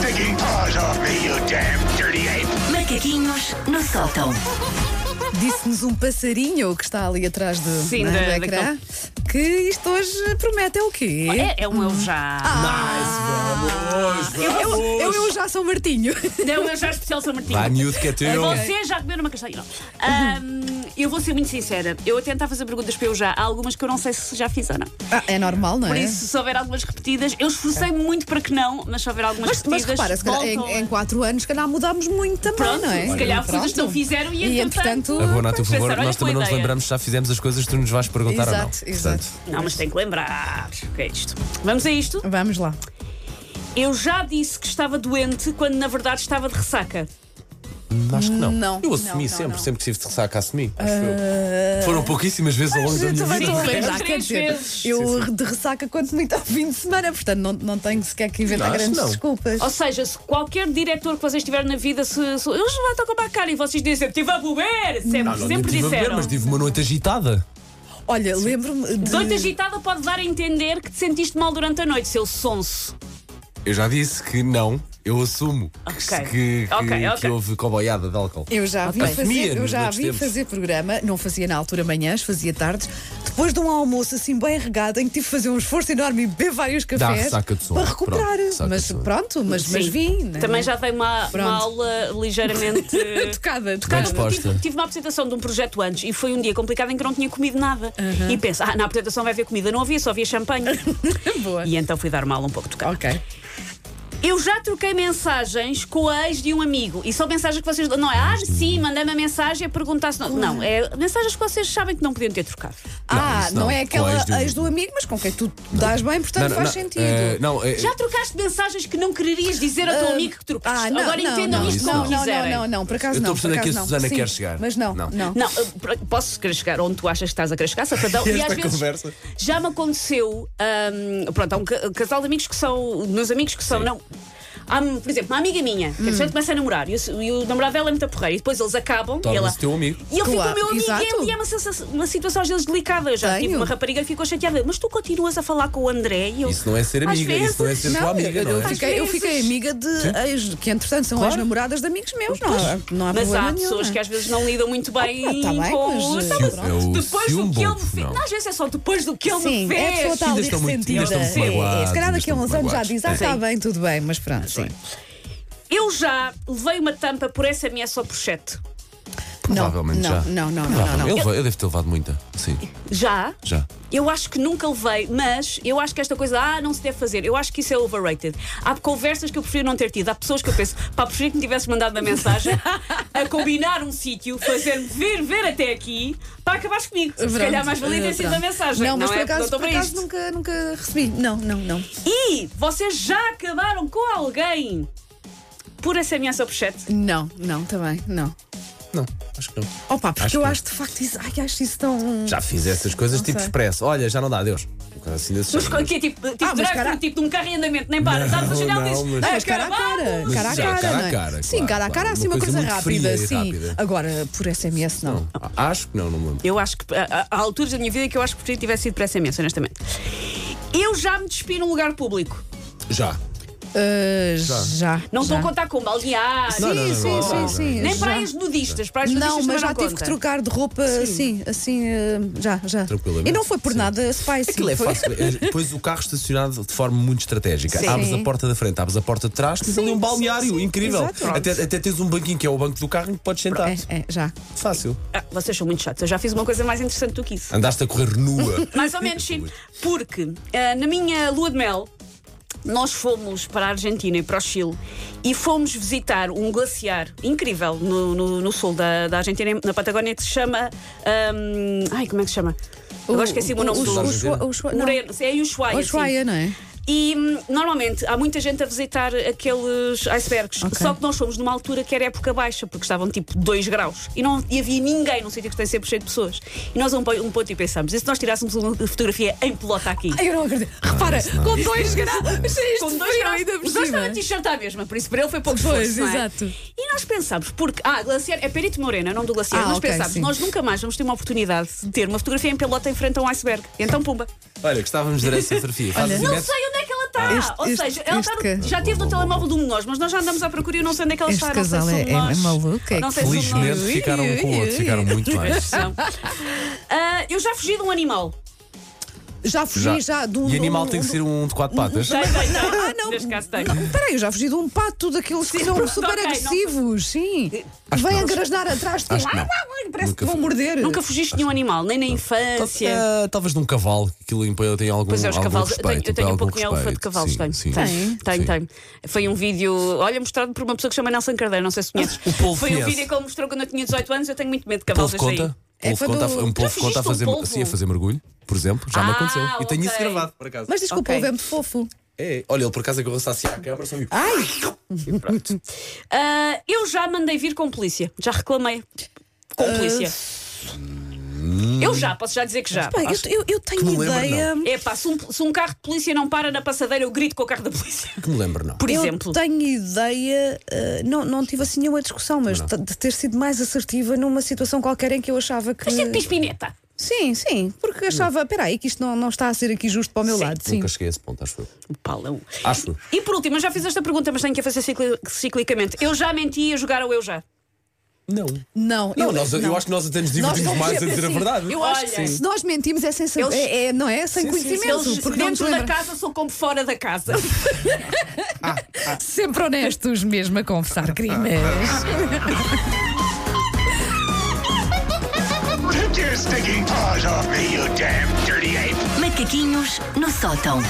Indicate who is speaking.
Speaker 1: taking paws off me, you damn dirty ape!
Speaker 2: Macaquinhos no sótão.
Speaker 3: Disse-nos um passarinho que está ali atrás de,
Speaker 4: Sim,
Speaker 3: né,
Speaker 4: da-
Speaker 3: do ecrã que isto hoje promete é o quê?
Speaker 4: É, é um eu já.
Speaker 3: Ah. eu, eu, eu, eu já sou Martinho.
Speaker 4: É um eu já especial São Martinho.
Speaker 5: Vai, miúdo, que Então, é teu.
Speaker 4: Vocês já comeram uma castanha? Não. Ahm, eu vou ser muito sincera. Eu a tentar fazer perguntas para eu já. Há algumas que eu não sei se já fiz ou não.
Speaker 3: Ah, é normal, não é?
Speaker 4: Por isso, se houver algumas repetidas, eu esforcei-me muito para que não, mas se houver algumas
Speaker 3: mas, mas
Speaker 4: repetidas.
Speaker 3: repara, se calhar, é
Speaker 4: voltam
Speaker 3: em,
Speaker 4: a-
Speaker 3: em quatro anos, se calhar mudámos muito também,
Speaker 4: Pronto,
Speaker 3: não é?
Speaker 4: se calhar
Speaker 3: Pronto.
Speaker 4: vocês não fizeram e,
Speaker 3: E, entretanto,
Speaker 5: A boa nota, a favor,
Speaker 4: Pensar, olha,
Speaker 5: nós
Speaker 4: boa
Speaker 5: também não nos
Speaker 4: ideia.
Speaker 5: lembramos se já fizemos as coisas que tu nos vais perguntar ou não.
Speaker 3: Exato, exato.
Speaker 5: Portanto,
Speaker 4: Não, mas tem que lembrar. O que é isto? Vamos a isto.
Speaker 3: vamos lá.
Speaker 4: Eu já disse que estava doente quando na verdade estava de ressaca.
Speaker 5: acho que não.
Speaker 3: Não,
Speaker 5: Eu assumi
Speaker 3: não, não,
Speaker 5: sempre,
Speaker 3: não. Ah.
Speaker 5: sempre que tive de ressaca, assumi. acho eu. Foram pouquíssimas vezes ao longo da minha
Speaker 3: Também
Speaker 5: vida.
Speaker 3: estou a
Speaker 4: Sim,
Speaker 3: lembrar,
Speaker 4: três
Speaker 3: quer dizer,
Speaker 4: vezes.
Speaker 3: eu de ressaca quanto muito ao fim de semana, portanto não, não tenho sequer que inventar
Speaker 5: Não, acho
Speaker 3: grandes
Speaker 5: não.
Speaker 3: desculpas.
Speaker 4: Ou seja, se qualquer diretor que vocês tiverem na vida, se, se eles levantam com a cara e vocês dizem, estive a beber, sempre,
Speaker 5: Não, não, nem
Speaker 4: sempre
Speaker 5: tive a beber,
Speaker 4: disseram.
Speaker 5: mas tive uma noite agitada.
Speaker 3: Olha, lembro-me de.
Speaker 4: Noite agitada pode dar a entender que te sentiste mal durante a noite, seu sonso.
Speaker 5: Eu já disse que não, eu assumo que,
Speaker 4: Ok.
Speaker 5: que- que-
Speaker 4: Ok,
Speaker 5: que
Speaker 4: ok.
Speaker 5: houve coboiada de álcool.
Speaker 3: Eu já vi
Speaker 5: Ok.
Speaker 3: fazer,
Speaker 5: Mia,
Speaker 3: eu
Speaker 5: Ah, nos
Speaker 3: já
Speaker 5: outros
Speaker 3: vi
Speaker 5: tempos.
Speaker 3: fazer programa, não fazia na altura manhãs, fazia tardes, depois de um almoço assim bem regado, em que tive de fazer um esforço enorme e beber vários cafés
Speaker 5: ressaca de sono.
Speaker 3: para recuperar.
Speaker 5: Pronto, ressaca
Speaker 3: mas
Speaker 5: de sono.
Speaker 3: pronto, mas, mas
Speaker 4: Sim.
Speaker 3: vim. né?
Speaker 4: Também já dei uma,
Speaker 3: Pronto.
Speaker 4: uma aula ligeiramente.
Speaker 3: tocada,
Speaker 4: Cara,
Speaker 3: tocada.
Speaker 5: Bem disposta.
Speaker 4: tive, tive uma apresentação de um projeto antes e foi um dia complicado em que eu não tinha comido nada. E penso, ah, na apresentação vai haver comida. Não havia, só havia champanhe.
Speaker 3: Boa.
Speaker 4: e então fui dar uma aula um pouco tocada.
Speaker 3: Ok.
Speaker 4: Eu já troquei mensagens com a ex de um amigo. E são mensagens que vocês. Não é, ah, sim, mandei uma mensagem a perguntar se. Não, não, é mensagens que vocês sabem que não podiam ter trocado.
Speaker 3: ah,
Speaker 5: isso
Speaker 3: não,
Speaker 5: não.
Speaker 3: é
Speaker 5: Com
Speaker 3: aquela
Speaker 5: ex de um-
Speaker 3: ex do amigo, mas com quem tu dás bem, portanto Então faz sentido.
Speaker 5: eh, não, eh,
Speaker 4: Já trocaste mensagens que não querias dizer ao teu amigo que trocaste?
Speaker 3: Ah, não,
Speaker 4: Agora
Speaker 3: não,
Speaker 4: entendam
Speaker 3: não,
Speaker 4: isto
Speaker 3: não,
Speaker 4: como
Speaker 3: não,
Speaker 4: quiserem.
Speaker 3: Não, não, não, por acaso
Speaker 5: Eu
Speaker 3: não.
Speaker 5: estou a
Speaker 3: por
Speaker 5: perceber que a
Speaker 3: acaso não.
Speaker 5: Susana
Speaker 3: Sim,
Speaker 5: quer chegar.
Speaker 3: Mas não, não.
Speaker 5: Não.
Speaker 4: Não, eh, posso querer chegar onde tu achas que estás a querer chegar, safadão.
Speaker 5: Esta conversa.
Speaker 4: já me aconteceu. hum, pronto, há um ca- casal de amigos que são. Meus amigos que são. Não, há, por exemplo, uma amiga minha, que entretanto começa a namorar e o, e o namorado dela é muito porreiro e depois eles acabam. E ela,
Speaker 5: Torna-se teu amigo.
Speaker 4: E eu fico
Speaker 3: Claro,
Speaker 4: meu amigo
Speaker 3: exato.
Speaker 4: e ele, e é uma, sensação- uma situação às vezes delicada. Eu já tive
Speaker 3: Tenho.
Speaker 4: uma rapariga que ficou chateada, mas tu continuas a falar com o André e eu.
Speaker 5: Isso não é ser
Speaker 4: Às
Speaker 5: amiga, isso não é
Speaker 4: vezes-
Speaker 5: ser tua amiga, não
Speaker 3: eu,
Speaker 5: é?
Speaker 3: fiquei, eu
Speaker 4: Às
Speaker 3: fiquei
Speaker 4: vezes.
Speaker 3: amiga de ex, que entretanto são ex-namoradas de amigos meus, não, há- não é? há
Speaker 4: Mas
Speaker 3: problema
Speaker 4: há pessoas
Speaker 3: nenhum.
Speaker 4: que às vezes não lidam muito bem
Speaker 3: Ah, tá bem,
Speaker 4: com
Speaker 3: mas,
Speaker 4: o.
Speaker 3: eh,
Speaker 4: Sabe,
Speaker 3: pronto.
Speaker 5: É o
Speaker 4: depois do que ele
Speaker 5: ciúme,
Speaker 4: me fez.
Speaker 5: não.
Speaker 4: Às vezes é só depois do que ele
Speaker 3: Sim,
Speaker 4: me
Speaker 3: é a
Speaker 4: fez.
Speaker 3: pessoa está
Speaker 5: Ainda
Speaker 3: ali
Speaker 5: estão muito-
Speaker 3: ressentida.
Speaker 5: ainda estão muito
Speaker 3: Sim,
Speaker 5: magoados,
Speaker 3: se calhar
Speaker 5: ainda
Speaker 3: daqui a
Speaker 5: estão
Speaker 3: uns
Speaker 5: muito
Speaker 3: anos já
Speaker 5: magoados.
Speaker 3: diz, ah,
Speaker 5: Sim.
Speaker 3: está bem, tudo bem, mas pronto, sim.
Speaker 4: Eu já levei uma tampa por SMS ou por chat.
Speaker 3: Não,
Speaker 5: Provavelmente
Speaker 3: não,
Speaker 5: já.
Speaker 3: não, não, não,
Speaker 5: Provavelmente.
Speaker 3: não, não.
Speaker 5: Eu, eu devo ter levado muita. Sim,
Speaker 4: Já.
Speaker 5: já.
Speaker 4: Eu acho que nunca levei, mas eu acho que esta coisa, ah, não se deve fazer, eu acho que isso é overrated. Há conversas que eu prefiro não ter tido, há pessoas que eu penso, pá, preferia que me tivesse mandado uma mensagem a combinar um sítio, fazer-me vir, ver até aqui, para acabares comigo. Se
Speaker 3: Pronto,
Speaker 4: calhar mais valia ter
Speaker 3: eh,
Speaker 4: sido
Speaker 3: pronto.
Speaker 4: a mensagem.
Speaker 3: Não, mas
Speaker 4: é?
Speaker 3: por
Speaker 4: Não
Speaker 3: acaso,
Speaker 4: estou
Speaker 3: por
Speaker 4: para
Speaker 3: acaso
Speaker 4: isto.
Speaker 3: nunca, nunca recebi. Não, não, não.
Speaker 4: E vocês já acabaram com alguém por SMS ou por chat?
Speaker 3: Não, não,
Speaker 4: tá
Speaker 3: também, não.
Speaker 5: Não, acho que não.
Speaker 3: Opa, porque
Speaker 5: Acho
Speaker 3: eu
Speaker 5: que
Speaker 3: acho de facto isso. Ai, acho isso tão.
Speaker 5: Já fiz essas coisas tipo
Speaker 3: sei.
Speaker 5: expresso. Olha, já não dá, adeus. Um bocado assim desse
Speaker 4: Mas
Speaker 5: género.
Speaker 4: que é tipo, tipo
Speaker 3: Ah, mas
Speaker 4: drive-thru,
Speaker 3: cara-
Speaker 4: tipo de um carro em andamento, nem para, sabes a janela e
Speaker 5: não,
Speaker 4: dizes,
Speaker 5: mas-
Speaker 3: Não,
Speaker 4: "Ah,
Speaker 3: mas É, cara a cara,
Speaker 4: caravados!"
Speaker 3: cara a
Speaker 5: Mas já,
Speaker 3: cara,
Speaker 5: cara a
Speaker 3: não é?
Speaker 5: cara,
Speaker 3: Sim,
Speaker 5: claro,
Speaker 3: cara a
Speaker 5: claro,
Speaker 3: cara, assim
Speaker 5: uma
Speaker 3: uma coisa,
Speaker 5: coisa muito
Speaker 3: rápida,
Speaker 5: fria e
Speaker 3: sim.
Speaker 5: rápida.
Speaker 3: Agora, por SMS, não.
Speaker 5: Ah, Acho que não, não me lembro.
Speaker 4: Eu acho que há há alturas da minha vida é que eu acho que preferia que tivesse sido para SMS, honestamente. Eu já me despi num lugar público.
Speaker 5: Já.
Speaker 3: Uh, já.
Speaker 4: Não estou
Speaker 3: já.
Speaker 4: a contar com balneário.
Speaker 5: Não,
Speaker 3: Sim,
Speaker 5: não, não,
Speaker 3: sim,
Speaker 5: não,
Speaker 3: sim,
Speaker 5: não,
Speaker 3: sim.
Speaker 4: Nem
Speaker 3: já.
Speaker 4: praias nudistas. Praias nudistas
Speaker 3: Não, mas
Speaker 4: também
Speaker 3: já tive que
Speaker 4: conta.
Speaker 3: trocar de roupa assim, assim, eh, já, já.
Speaker 5: Tranquilamente.
Speaker 3: E não foi por
Speaker 5: Sim.
Speaker 3: nada spicy.
Speaker 5: Aquilo é
Speaker 3: foi-
Speaker 5: fácil. É, Pões o carro estacionado de forma muito estratégica.
Speaker 3: Sim.
Speaker 5: Abres a porta da frente, abres a porta de trás, tens ali um
Speaker 3: sim,
Speaker 5: balneário
Speaker 3: sim,
Speaker 5: incrível.
Speaker 3: exato.
Speaker 5: Até, até tens um banquinho que é o banco do carro em que podes sentar.
Speaker 3: É, é, já.
Speaker 5: Fácil.
Speaker 4: Ah, vocês são muito chatos. Eu já fiz uma coisa mais interessante do que isso.
Speaker 5: Andaste a correr nua.
Speaker 4: Mais ou menos, sim. Porque ah, na minha lua de mel, nós fomos para a Argentina e para o Chile e fomos visitar um glaciar incrível no, no- no sul da, da Argentina, na Patagónia, que se chama. ahm, ai, como é que se chama? Agora esqueci o nome
Speaker 3: o,
Speaker 4: do.
Speaker 3: o, Shua- o, Shua- não.
Speaker 4: Moreira, é Ushuaia.
Speaker 3: o Ushuaia,
Speaker 4: sim.
Speaker 3: não é?
Speaker 4: E hum, normalmente há muita gente a visitar aqueles icebergs.
Speaker 3: Ok.
Speaker 4: Só que nós fomos numa altura que era época baixa, porque estavam tipo 2 graus. E não e havia ninguém num sítio que tem sempre cheio de pessoas. E nós a um, po- um ponto e pensámos: e se nós tirássemos uma fotografia em pelota aqui?
Speaker 3: Ai, eu não acredito. Repara,
Speaker 5: não,
Speaker 3: com
Speaker 5: Ah, isso
Speaker 3: dois graus.
Speaker 4: Com dois é graus,
Speaker 3: ainda por
Speaker 4: os dois
Speaker 3: cima.
Speaker 4: estavam a t-shirt à mesma, por isso para ele foi pouco
Speaker 3: Pois,
Speaker 4: esforço, não é?
Speaker 3: exato.
Speaker 4: E nós pensámos, porque, ah, glaciar, é Perito Morena, é o nome do glaciar,
Speaker 3: Ah,
Speaker 4: nós
Speaker 3: ok,
Speaker 4: pensámos,
Speaker 3: sim.
Speaker 4: nós nunca mais vamos ter uma oportunidade de ter uma fotografia em pelota em frente a um iceberg. Então, pumba.
Speaker 5: Olha, gostávamos de ver essa fotografia. Fazes e
Speaker 4: Não
Speaker 5: metes-
Speaker 4: sei onde é que ela está!
Speaker 3: Ah, Este-
Speaker 4: Ou
Speaker 3: este-
Speaker 4: seja, ela está
Speaker 3: este
Speaker 4: no-
Speaker 3: ca-
Speaker 4: já esteve no telemóvel de um de nós, mas nós já andamos à procura e eu não sei onde é que ela
Speaker 3: Este
Speaker 4: está. não sei
Speaker 3: casal
Speaker 4: se
Speaker 3: é-
Speaker 4: um de
Speaker 3: é
Speaker 4: nós-
Speaker 3: maluco, é
Speaker 4: Não sei se um de nós-
Speaker 5: Felizmente
Speaker 3: Ui,
Speaker 5: ficaram um com o
Speaker 3: ui,
Speaker 5: outro,
Speaker 3: ui.
Speaker 5: ficaram muito bem.
Speaker 4: Não. Ah, eu já fugi de um animal.
Speaker 3: Já fugi já, de um.
Speaker 5: e
Speaker 3: de
Speaker 5: animal
Speaker 3: um-
Speaker 5: tem que ser um de quatro patas.
Speaker 4: Tem, tem, tem.
Speaker 3: Ah, não.
Speaker 4: Neste caso tem.
Speaker 3: Não, Peraí, eu já fugi de um pato daqueles que são
Speaker 4: pronto,
Speaker 3: super
Speaker 4: ok, não-
Speaker 3: agressivos, sim.
Speaker 5: Acho que
Speaker 3: Vêm
Speaker 5: não.
Speaker 3: engrasnar atrás de ti.
Speaker 5: Acho que não.
Speaker 3: Ah, ah, ah, Parece
Speaker 5: Nunca
Speaker 3: que vão
Speaker 5: fui.
Speaker 3: morder.
Speaker 4: Nunca fugiste de um animal, nem na infância.
Speaker 5: Ah, Talvez de um cavalo, que aquilo em eu tenho algum
Speaker 4: Pois é, os
Speaker 5: algum
Speaker 4: cavalos. Eu
Speaker 5: respeito,
Speaker 4: tenho, eu tenho um
Speaker 5: algum
Speaker 4: pouquinho a alfa de
Speaker 5: respeito.
Speaker 4: cavalos,
Speaker 5: Sim,
Speaker 4: tenho.
Speaker 5: sim.
Speaker 3: Tem?
Speaker 4: Tenho,
Speaker 5: Sim.
Speaker 4: tenho. Foi um vídeo, olha, mostrado por uma pessoa que se chama Nelson Cardeiro, não sei se conheces.
Speaker 5: O polvo
Speaker 4: Foi um
Speaker 5: conhece.
Speaker 4: vídeo que ele mostrou quando eu tinha 18 anos, eu tenho muito medo de
Speaker 5: Polvo
Speaker 4: cavalos desde aí.
Speaker 5: conta?
Speaker 3: É,
Speaker 5: Polvo
Speaker 3: foi
Speaker 5: conta,
Speaker 3: do-
Speaker 5: um
Speaker 4: Já
Speaker 5: polvo
Speaker 4: fugiste
Speaker 5: conta
Speaker 4: de
Speaker 5: a
Speaker 4: um
Speaker 5: fazer,
Speaker 4: polvo?
Speaker 5: assim, a fazer mergulho, por exemplo, já me
Speaker 4: Ah,
Speaker 5: aconteceu. E tenho isso
Speaker 4: ok.
Speaker 5: gravado, por acaso.
Speaker 3: Mas diz que o
Speaker 4: Ok.
Speaker 3: povo é muito fofo.
Speaker 5: É, olha, ele por acaso agarrou-se assim à câmara, só me...
Speaker 4: Ah, eu já mandei vir com polícia. Já reclamei. Com polícia. Eu já, posso já dizer que já.
Speaker 3: Bem, eu, eu- eu tenho
Speaker 5: me lembro,
Speaker 3: ideia.
Speaker 4: É pá, se um, se um carro de polícia não para na passadeira, eu grito com o carro da polícia.
Speaker 5: Que me lembro, não.
Speaker 4: Por
Speaker 3: eu
Speaker 4: exemplo.
Speaker 3: tenho ideia, eh, não, não tive assim nenhuma discussão, mas t- de ter sido mais assertiva numa situação qualquer em que eu achava que.
Speaker 4: Mas é de pispineta.
Speaker 3: Sim, sim, porque achava, peraí, que isto não, não está a ser aqui justo para o meu
Speaker 4: Sim.
Speaker 3: lado. Sim.
Speaker 5: Nunca cheguei a esse ponto, acho eu.
Speaker 4: Palão.
Speaker 5: Acho.
Speaker 4: E por último, eu já fiz esta pergunta, mas tenho que a fazer cicli- ciclicamente. Eu já menti a jogar ou eu já?
Speaker 5: Não.
Speaker 3: Não,
Speaker 5: Não,
Speaker 3: eu,
Speaker 5: nós, eu
Speaker 3: não.
Speaker 5: acho que nós até nos
Speaker 3: Nós
Speaker 5: divertimos
Speaker 3: vamos
Speaker 5: mais a
Speaker 3: sempre
Speaker 5: dizer a
Speaker 3: assim.
Speaker 5: verdade.
Speaker 3: Eu acho que
Speaker 4: Olhem.
Speaker 3: se nós mentimos é sem saber,
Speaker 4: Eles-
Speaker 3: é, é- não é? Sem conhecimento.
Speaker 4: Eles
Speaker 3: porque não nos
Speaker 4: dentro da
Speaker 3: lembra.
Speaker 4: casa são como fora da casa.
Speaker 3: Sempre honestos, mesmo a confessar crimes.
Speaker 1: Take your stinking paws off me, you damn dirty ape!
Speaker 2: Macaquinhos no sótão.